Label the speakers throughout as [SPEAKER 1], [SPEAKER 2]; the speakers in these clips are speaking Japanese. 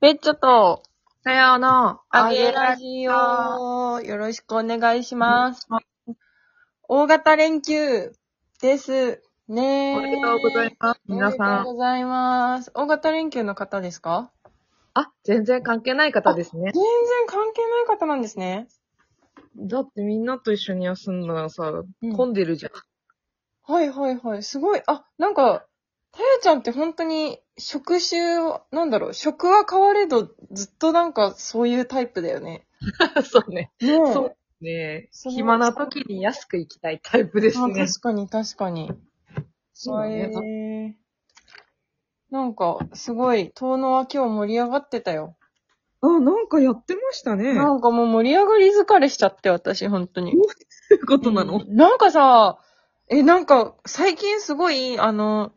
[SPEAKER 1] ベッチョと、
[SPEAKER 2] さような
[SPEAKER 1] あげラジオ、よろしくお願いします。大型連休です。ね
[SPEAKER 2] おめでとうございます。皆
[SPEAKER 1] おめ
[SPEAKER 2] さ
[SPEAKER 1] でと
[SPEAKER 2] ん。
[SPEAKER 1] うございます。大型連休の方ですか
[SPEAKER 2] あ、全然関係ない方ですね
[SPEAKER 1] 全。然関係ない方なんですね。
[SPEAKER 2] だってみんなと一緒に休んだらさ、
[SPEAKER 1] うん
[SPEAKER 2] 混んでるじゃん。
[SPEAKER 1] はいはいはい。すごい。あ、なんか、たやちゃんって本当に、職種は、なんだろう、職は変われど、ずっとなんかそういうタイプだよね。
[SPEAKER 2] そうね。
[SPEAKER 1] ねえ
[SPEAKER 2] そうね
[SPEAKER 1] そ。の
[SPEAKER 2] 暇な時に安く行きたいタイプです
[SPEAKER 1] あ
[SPEAKER 2] ね。
[SPEAKER 1] 確かに確かに。
[SPEAKER 2] そうね。
[SPEAKER 1] へーなんか、すごい、遠野は今日盛り上がってたよ。
[SPEAKER 2] あ、なんかやってましたね
[SPEAKER 1] なんかもう盛り上がり疲れしちゃって、私、本当に。
[SPEAKER 2] ういうこと
[SPEAKER 1] うんなんかさ、え、なんか、最近すごい、あの、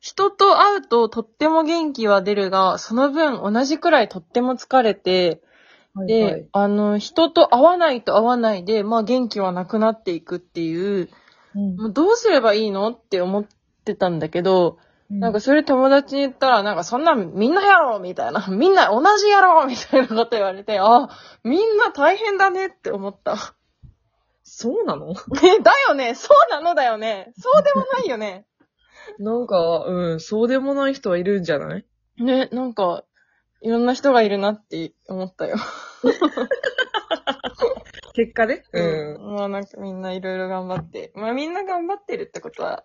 [SPEAKER 1] 人と会うととっても元気は出るが、その分同じくらいとっても疲れて、で、
[SPEAKER 2] はいはい
[SPEAKER 1] あの、人と会わないと会わないで、まあ元気はなくなっていくっていう、もうどうすればいいのって思ってたんだけど、なんか、それ友達に言ったら、なんかそんなんみんなやろうみたいな、 みんな同じやろうみたいなこと言われて、あ、みんな大変だねって思った。
[SPEAKER 2] そうなの
[SPEAKER 1] え、だよねそうなのだよねそうでもないよね
[SPEAKER 2] なんか、うん、そうでもない人はいるんじゃない
[SPEAKER 1] ね、なんか、いろんな人がいるなって思ったよ。
[SPEAKER 2] 結果ね。
[SPEAKER 1] ん。 まあなんかみんないろいろ頑張って。まあみんな頑張ってるってことは、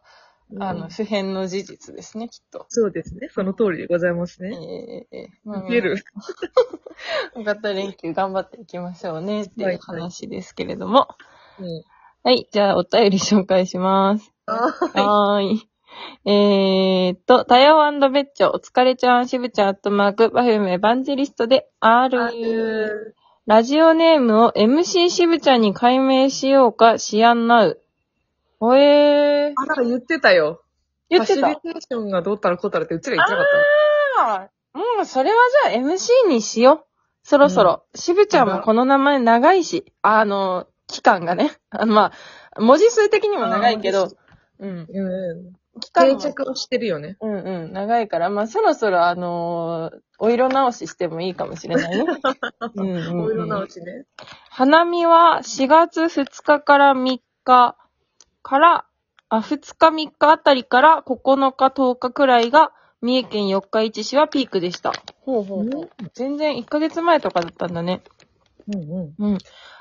[SPEAKER 2] うん
[SPEAKER 1] あの、普遍の事実ですね、きっと。
[SPEAKER 2] そうですね。その通りでございます
[SPEAKER 1] え
[SPEAKER 2] ね。
[SPEAKER 1] えええまあ
[SPEAKER 2] 受ける。
[SPEAKER 1] よかった連休頑張っていきましょうねっていう話ですけれども。
[SPEAKER 2] うん
[SPEAKER 1] はい、じゃあお便り紹介します。
[SPEAKER 2] あ
[SPEAKER 1] はーい。えーっと、タヤワンドベッチョ、お疲れちゃん、しぶちゃん、アットマーク、バフュームエヴァンジェリストで、RU。ラジオネームを MC しぶちゃんに改名しようか、しやんなう。ほえー。
[SPEAKER 2] あ、なんか言ってたよ。
[SPEAKER 1] 言ってた。
[SPEAKER 2] ファシリテーションがどうたらこうたらってうちら言ってなかっ
[SPEAKER 1] あーもう、それはじゃあ MC にしよう。そろそろ。しぶちゃんもこの名前長いし、あの、期間がね。あの、まあ、文字数的にも長いけ
[SPEAKER 2] あー
[SPEAKER 1] ど、うん。
[SPEAKER 2] た。うん。
[SPEAKER 1] 期間
[SPEAKER 2] 定
[SPEAKER 1] も
[SPEAKER 2] 着をしてるよね。
[SPEAKER 1] うんうん、長いから、まあそろそろあのーお色直ししてもいいかもしれない ね。うんうんうん
[SPEAKER 2] お色直しね。
[SPEAKER 1] 花見は4月2日から3日から、あ、2日3日あたりから9日10日くらいが、三重県四日市市はピークでした。ほうほ
[SPEAKER 2] うほう。
[SPEAKER 1] 全然1ヶ月前とかだったんだね。
[SPEAKER 2] うんうん。
[SPEAKER 1] うん。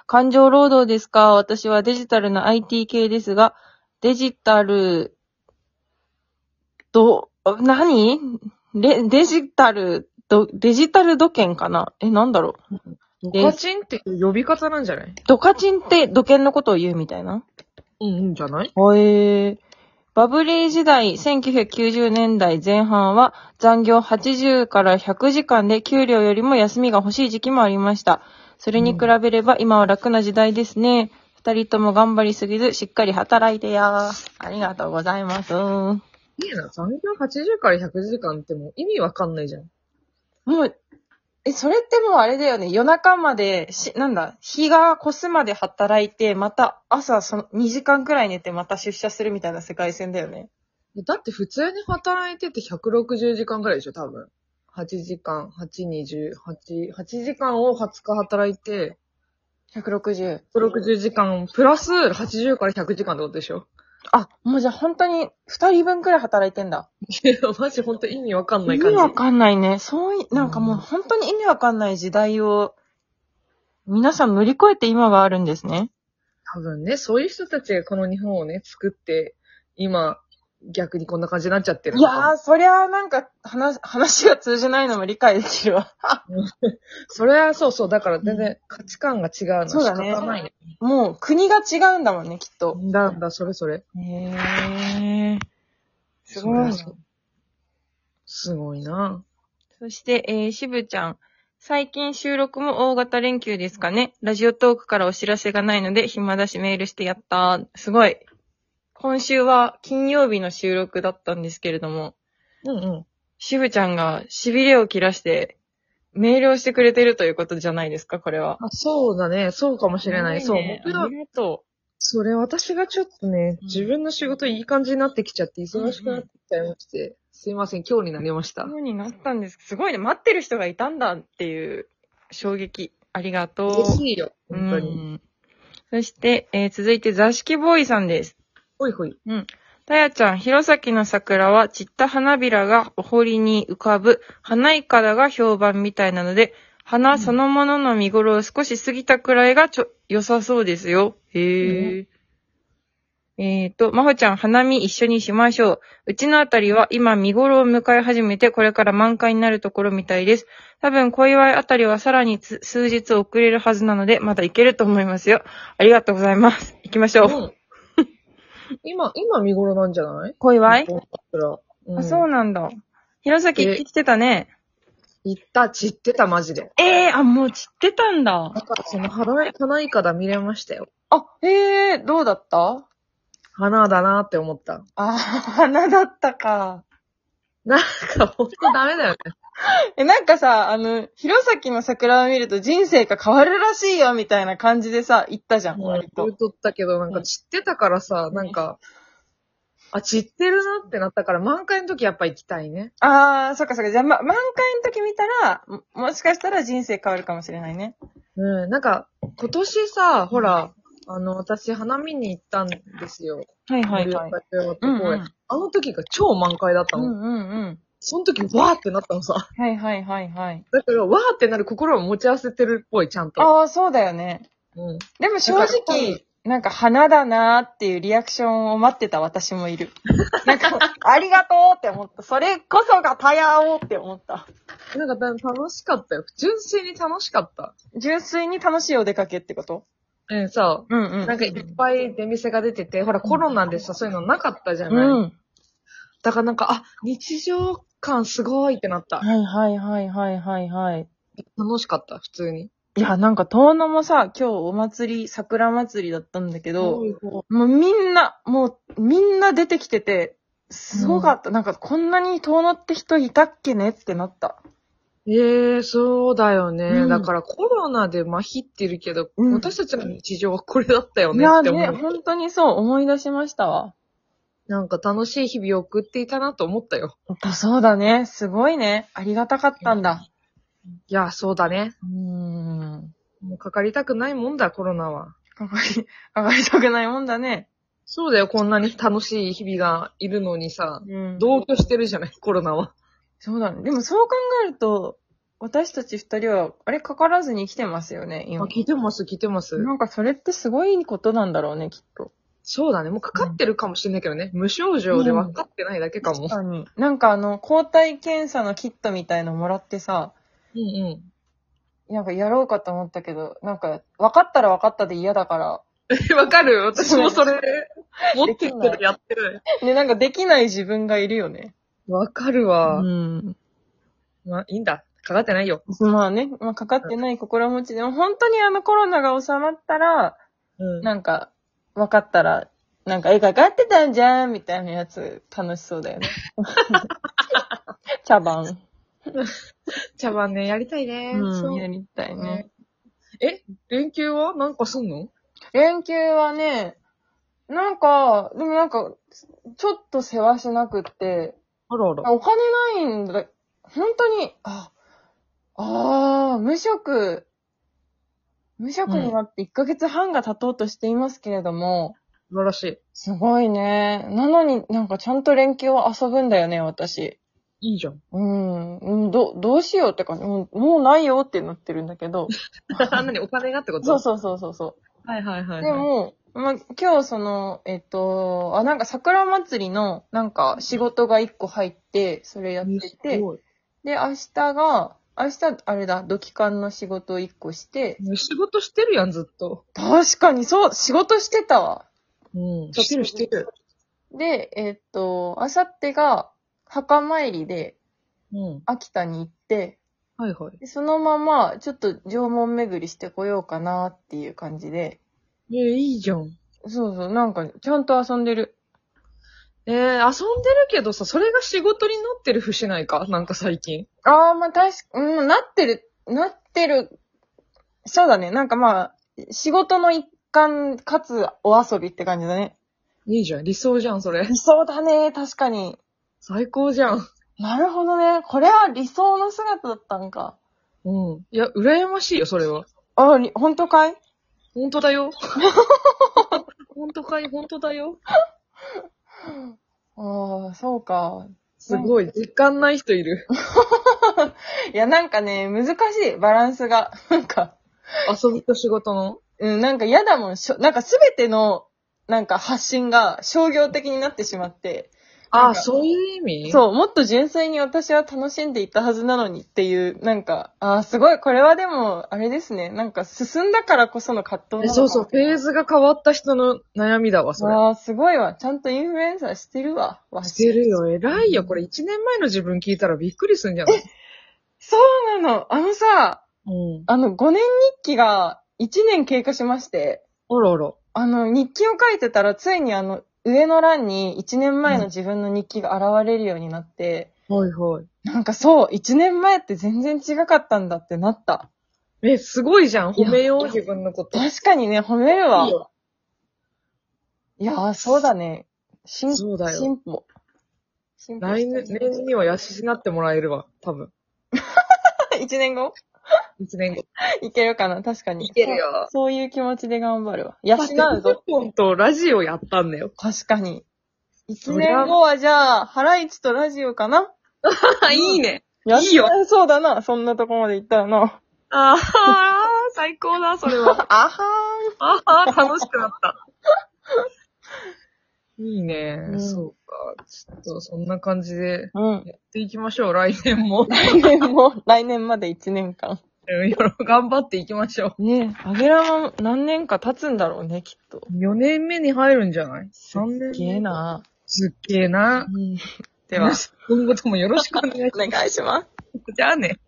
[SPEAKER 1] 感情労働ですか私はデジタルの IT 系ですが、デジタル、ど、何レデジタル、ど、デジタル土建かなえ、なんだろう
[SPEAKER 2] ド
[SPEAKER 1] で、
[SPEAKER 2] カチンっていう呼び方なんじゃない
[SPEAKER 1] ドカチンって土建のことを言うみたいな
[SPEAKER 2] うんうんじゃない
[SPEAKER 1] へえ。バブリー時代、1990年代前半は残業80から100時間で給料よりも休みが欲しい時期もありました。それに比べれば今は楽な時代ですね。二人とも頑張りすぎず、しっかり働いてや。ありがとうございます。も
[SPEAKER 2] いいな。残業80から100時間ってもう意味わかんないじゃん。
[SPEAKER 1] う、え、それってもうあれだよね。夜中まで、し、なんだ、日が越すまで働いて、また朝その2時間くらい寝てまた出社するみたいな世界線だよね。
[SPEAKER 2] だって普通に働いてて160時間ぐらいでしょ、多分。8時間、8、20、8、8時間を20日働いて、
[SPEAKER 1] 160。
[SPEAKER 2] 160時間、プラス80から100時間ってことでしょ
[SPEAKER 1] あ、もうじゃあ本当に二人分くらい働いてんだ。
[SPEAKER 2] いや、マジ本当意味わかんな
[SPEAKER 1] 意
[SPEAKER 2] い感
[SPEAKER 1] 味
[SPEAKER 2] じ。
[SPEAKER 1] わかんないね。そうい、
[SPEAKER 2] うん
[SPEAKER 1] なんかもう本当に意味わかんない時代を、皆さん乗り越えて今があるんですね。
[SPEAKER 2] 多分ね、そういう人たちがこの日本をね、作って、今、逆にこんな感じになっちゃってる
[SPEAKER 1] い
[SPEAKER 2] のかな
[SPEAKER 1] やー、そりゃあなんか話、話が通じないのも理解できるわ。
[SPEAKER 2] それはそうそう、だから全然価値観が違うのは仕
[SPEAKER 1] そうだ
[SPEAKER 2] 方
[SPEAKER 1] ね
[SPEAKER 2] ないね。
[SPEAKER 1] もう国が違うんだもんね、きっと。
[SPEAKER 2] なんだ、それそれ。
[SPEAKER 1] へー。すごいな。
[SPEAKER 2] そうすごいな。
[SPEAKER 1] そして、えー、しぶちゃん。最近収録も大型連休ですかね。ラジオトークからお知らせがないので、暇だしメールしてやったー。すごい。今週は金曜日の収録だったんですけれども、
[SPEAKER 2] うんうん。
[SPEAKER 1] しぶちゃんが痺れを切らして、メールをしてくれてるということじゃないですか、これは。
[SPEAKER 2] あそうだね、そうかもしれない。そう、僕ら
[SPEAKER 1] ありがと
[SPEAKER 2] それ私がちょっとね、
[SPEAKER 1] うん
[SPEAKER 2] 自分の仕事いい感じになってきちゃって、忙しくなってきちゃいまして、すいません、今日になりました。
[SPEAKER 1] そうになったんです。すごいね。待ってる人がいたんだっていう衝撃。ありがとう。
[SPEAKER 2] 嬉しいよ、
[SPEAKER 1] う
[SPEAKER 2] 本当に。
[SPEAKER 1] ん。そして、えー続いて座敷ボーイさんです。
[SPEAKER 2] ほいほい。
[SPEAKER 1] たやちゃん、弘前の桜は散った花びらがお堀に浮かぶ、花いかだが評判みたいなので、花そのものの見頃を少し過ぎたくらいがちょ、良さそうですよ。へえ。えっ、と、まほちゃん、花見一緒にしましょう。うちのあたりは今見頃を迎え始めて、これから満開になるところみたいです。多分、小祝いあたりはさらにつ数日遅れるはずなので、まだ行けると思いますよ。ありがとうございます。行きましょ
[SPEAKER 2] う
[SPEAKER 1] う。
[SPEAKER 2] ん、今、今見頃なんじゃない
[SPEAKER 1] 小祝い
[SPEAKER 2] 日本だったらうん
[SPEAKER 1] あ、そうなんだ。弘前行ってきてたね。
[SPEAKER 2] 行った、散ってた、マジで。
[SPEAKER 1] ええあ、もう散ってたんだ。
[SPEAKER 2] だからその花、花いかだ見れましたよ。
[SPEAKER 1] あ、ええどうだった
[SPEAKER 2] 花だなって 思った。
[SPEAKER 1] あ、花だったか。
[SPEAKER 2] なんか、ほんとダメだよね。
[SPEAKER 1] え、なんかさ、あの、弘前の桜を見ると人生が変わるらしいよ、みたいな感じでさ、行ったじゃん、
[SPEAKER 2] もう
[SPEAKER 1] 割と
[SPEAKER 2] 言う。とったけど、なんか散ってたからさ、なんか、あ、散ってるなってなったから、満開の時やっぱ行きたいね。
[SPEAKER 1] あー、そっかそっか。じゃあ、ま、満開の時見たら、ももしかしたら人生変わるかもしれないね。
[SPEAKER 2] うん、なんか、今年さ、ほら、あの、私、花見に行ったんですよ。
[SPEAKER 1] はい
[SPEAKER 2] 盛岡中学
[SPEAKER 1] うん、う
[SPEAKER 2] 公園
[SPEAKER 1] ん。
[SPEAKER 2] あの時が超満開だった
[SPEAKER 1] う
[SPEAKER 2] の。
[SPEAKER 1] んうんうん。
[SPEAKER 2] その時、わーってなったのさ。
[SPEAKER 1] はいはいはいはい。
[SPEAKER 2] だから、わーってなる心を持ち合わせてるっぽい、ちゃんと。
[SPEAKER 1] あー、そうだよね。
[SPEAKER 2] うん。
[SPEAKER 1] でも正直、なんか花だなーっていうリアクションを待ってた私もい る。なんか、ありがとうって思った。それこそがタヤオって思った。
[SPEAKER 2] なんか、だ楽しかったよ。純粋に楽しかった。
[SPEAKER 1] 純粋に楽しいお出かけってこと
[SPEAKER 2] うん、さ、
[SPEAKER 1] うんうん
[SPEAKER 2] なんかいっぱい出店が出てて、ほら、コロナでさ、そういうのなかったじゃない。
[SPEAKER 1] うん。
[SPEAKER 2] だからなんか、あ、日常感すごいってなった。
[SPEAKER 1] はいはいはいはいはいはい。
[SPEAKER 2] 楽しかった、普通に。
[SPEAKER 1] いや、なんか遠野もさ、今日お祭り、桜祭りだったんだけど、もうみんな、もうみんな出てきてて、すごかった。なんかこんなに遠野って人いたっけねってなった。
[SPEAKER 2] ええそうだよね、
[SPEAKER 1] うん
[SPEAKER 2] だからコロナで麻痺ってるけど、
[SPEAKER 1] うん
[SPEAKER 2] 私たちの日常はこれだったよ
[SPEAKER 1] い
[SPEAKER 2] ね
[SPEAKER 1] や
[SPEAKER 2] って思
[SPEAKER 1] ね、
[SPEAKER 2] う。
[SPEAKER 1] 本当にそう思い出しましたわ。
[SPEAKER 2] なんか楽しい日々を送っていたなと思ったよ。
[SPEAKER 1] 本当そうだね。すごいね。ありがたかったんだ。
[SPEAKER 2] いや、そうだね。
[SPEAKER 1] うーん。
[SPEAKER 2] もうかかりたくないもんだ、コロナは。
[SPEAKER 1] かかり、かかりたくないもんだね。
[SPEAKER 2] そうだよ、こんなに楽しい日々がいるのにさ、
[SPEAKER 1] うん
[SPEAKER 2] 同居してるじゃない、コロナは。
[SPEAKER 1] そうだね。でもそう考えると、私たち二人は、あれかからずに来てますよね、
[SPEAKER 2] あ、
[SPEAKER 1] 今。
[SPEAKER 2] 聞いてます、聞いてます。
[SPEAKER 1] なんかそれってすごいことなんだろうね、きっと。
[SPEAKER 2] そうだね、もうかかってるかもしれないけどね、無症状で分かってないだけか
[SPEAKER 1] 確
[SPEAKER 2] も。
[SPEAKER 1] かに。なんかあの、抗体検査のキットみたいのもらってさ、
[SPEAKER 2] うんうん。
[SPEAKER 1] なんかやろうかと思ったけど、なんか、分かったら分かったで嫌だから、
[SPEAKER 2] わかる私もそれ、持ってるけどやってる。
[SPEAKER 1] ね、なんかできない自分がいるよね。
[SPEAKER 2] わかる
[SPEAKER 1] う
[SPEAKER 2] わ。
[SPEAKER 1] ん。
[SPEAKER 2] まあ、いいんだ。かかってないよ。
[SPEAKER 1] まあね、まあかかってない心持ちでも、本当にあのコロナが収まったら、
[SPEAKER 2] うん。
[SPEAKER 1] なんか、分かったら、なんか、え、かかってたんじゃんみたいなやつ、楽しそうだよね。茶番。
[SPEAKER 2] 茶番ね、やりたいね。
[SPEAKER 1] うん、
[SPEAKER 2] そう
[SPEAKER 1] やりたいね。
[SPEAKER 2] え、連休はなんかすんの
[SPEAKER 1] 連休はね、なんか、でもなんか、ちょっと世話しなくって、
[SPEAKER 2] あらあら。
[SPEAKER 1] お金ないんだ、本当に、あ、ああ、無職、無職になって1ヶ月半が経とうとしていますけれども、
[SPEAKER 2] 素晴らし
[SPEAKER 1] すごいね。なのになんかちゃんと連休は遊ぶんだよね、私。
[SPEAKER 2] い。いいじゃん。
[SPEAKER 1] うん。うんど、どうしようって感じ。もう、もうないよってなってるんだけど。
[SPEAKER 2] あんなにお金がってこと。
[SPEAKER 1] そうそうそうそうそう
[SPEAKER 2] はいはいは
[SPEAKER 1] う。
[SPEAKER 2] い。
[SPEAKER 1] で、も、ま、今日その、えっと、あ、なんか桜祭りの、なんか仕事が一個入って、それやってて
[SPEAKER 2] す、ごい。
[SPEAKER 1] で、明日が、明日、あれだ、ドキカンの仕事を一個して、
[SPEAKER 2] 仕事してるやん、ずっと。
[SPEAKER 1] 確かにそう、仕事してたわ。
[SPEAKER 2] う
[SPEAKER 1] ちょ
[SPEAKER 2] ん
[SPEAKER 1] っと
[SPEAKER 2] してるしてる。
[SPEAKER 1] で、えっと、明後日が、墓参りで、
[SPEAKER 2] うん。
[SPEAKER 1] 秋田に行って、
[SPEAKER 2] はいはい。
[SPEAKER 1] でそのまま、ちょっと縄文巡りしてこようかなっていう感じで。
[SPEAKER 2] え、いいじゃん。
[SPEAKER 1] そうそう、なんか、ちゃんと遊んでる。
[SPEAKER 2] えー、遊んでるけどさ、それが仕事になってる節ないかなんか最近。
[SPEAKER 1] ああ、まあ、確か、うん、なってる、なってる。そうだね、なんかまあ、仕事のい感、かつお遊びって感じだね。
[SPEAKER 2] いいじゃん。理想じゃん、それ。
[SPEAKER 1] 理想だね、確かに。
[SPEAKER 2] 最高じゃん。
[SPEAKER 1] なるほどね。これは理想の姿だったんか。
[SPEAKER 2] うん。いや、羨ましいよ、それは。
[SPEAKER 1] あ、に本当かい
[SPEAKER 2] 本当だ よ。本当かい、本当だよ。
[SPEAKER 1] ああ、そうか。
[SPEAKER 2] すごい、実感ない人いる。
[SPEAKER 1] いや、なんかね、難しい、バランスが。 なんか、
[SPEAKER 2] 遊びと仕事の。
[SPEAKER 1] うん、なんか嫌だもん。しょなんかすべての、なんか発信が商業的になってしまって。
[SPEAKER 2] ああ、そういう意味う。
[SPEAKER 1] そう、もっと純粋に私は楽しんでいったはずなのにっていう、なんか、ああ、すごい、これはでも、あれですね。なんか進んだからこその葛藤な
[SPEAKER 2] え
[SPEAKER 1] の
[SPEAKER 2] そうそう、フェーズが変わった人の悩みだわ、それ。
[SPEAKER 1] ああ、すごいわ。ちゃんとインフルエンサーしてるわ。わ
[SPEAKER 2] してるよ、偉いよ。これ1年前の自分聞いたらびっくりすんじゃない
[SPEAKER 1] そうなの。あのさ、
[SPEAKER 2] うん。
[SPEAKER 1] あの、5年日記が1年経過しまして、
[SPEAKER 2] あらあら。
[SPEAKER 1] あの、日記を書いてたら、ついにあの、上の欄に1年前の自分の日記が現れるようになって、
[SPEAKER 2] はいはい。
[SPEAKER 1] なんかそう、1年前って全然違かったんだってなった。
[SPEAKER 2] え、すごいじゃん。褒めよ、
[SPEAKER 1] いうや
[SPEAKER 2] 自分のこと。
[SPEAKER 1] 確かにね、褒める
[SPEAKER 2] いい
[SPEAKER 1] わ。
[SPEAKER 2] よ
[SPEAKER 1] いやー、そうだね。進
[SPEAKER 2] そうだよ
[SPEAKER 1] 進歩。進
[SPEAKER 2] 来年、年には養ってもらえるわ、多分。
[SPEAKER 1] 1年後
[SPEAKER 2] 1年後。
[SPEAKER 1] いけるかな確かに。
[SPEAKER 2] いけるよ
[SPEAKER 1] そう。そういう気持ちで頑張るわ。養うぞ。
[SPEAKER 2] ポンとラジオやったんだよ。
[SPEAKER 1] 確かに。一
[SPEAKER 2] そりゃ
[SPEAKER 1] 年後はじゃあ、ハライチとラジオかな
[SPEAKER 2] はいいね。
[SPEAKER 1] や
[SPEAKER 2] いいよ。
[SPEAKER 1] そうだな。そんなとこまで行ったらな。
[SPEAKER 2] ああ、最高だ、それは。
[SPEAKER 1] あは
[SPEAKER 2] ああ、楽しくなった。いいね、
[SPEAKER 1] ん
[SPEAKER 2] そうか。ちょっと、そんな感じで、
[SPEAKER 1] ーん。
[SPEAKER 2] やっていきましょう、来年
[SPEAKER 1] う
[SPEAKER 2] も。
[SPEAKER 1] ん。来年も、来年まで一年間。
[SPEAKER 2] うん 頑張っていきましょ
[SPEAKER 1] ねえ、アゲラは何年か経つんだろうね、きっと。
[SPEAKER 2] う。4年目に入るんじゃない ?3 年目。
[SPEAKER 1] すげえ。な。
[SPEAKER 2] すっげえな。
[SPEAKER 1] うん。で
[SPEAKER 2] で
[SPEAKER 1] は
[SPEAKER 2] は、、今後ともよろしくお願いしま
[SPEAKER 1] お願いします。
[SPEAKER 2] す。じゃあね。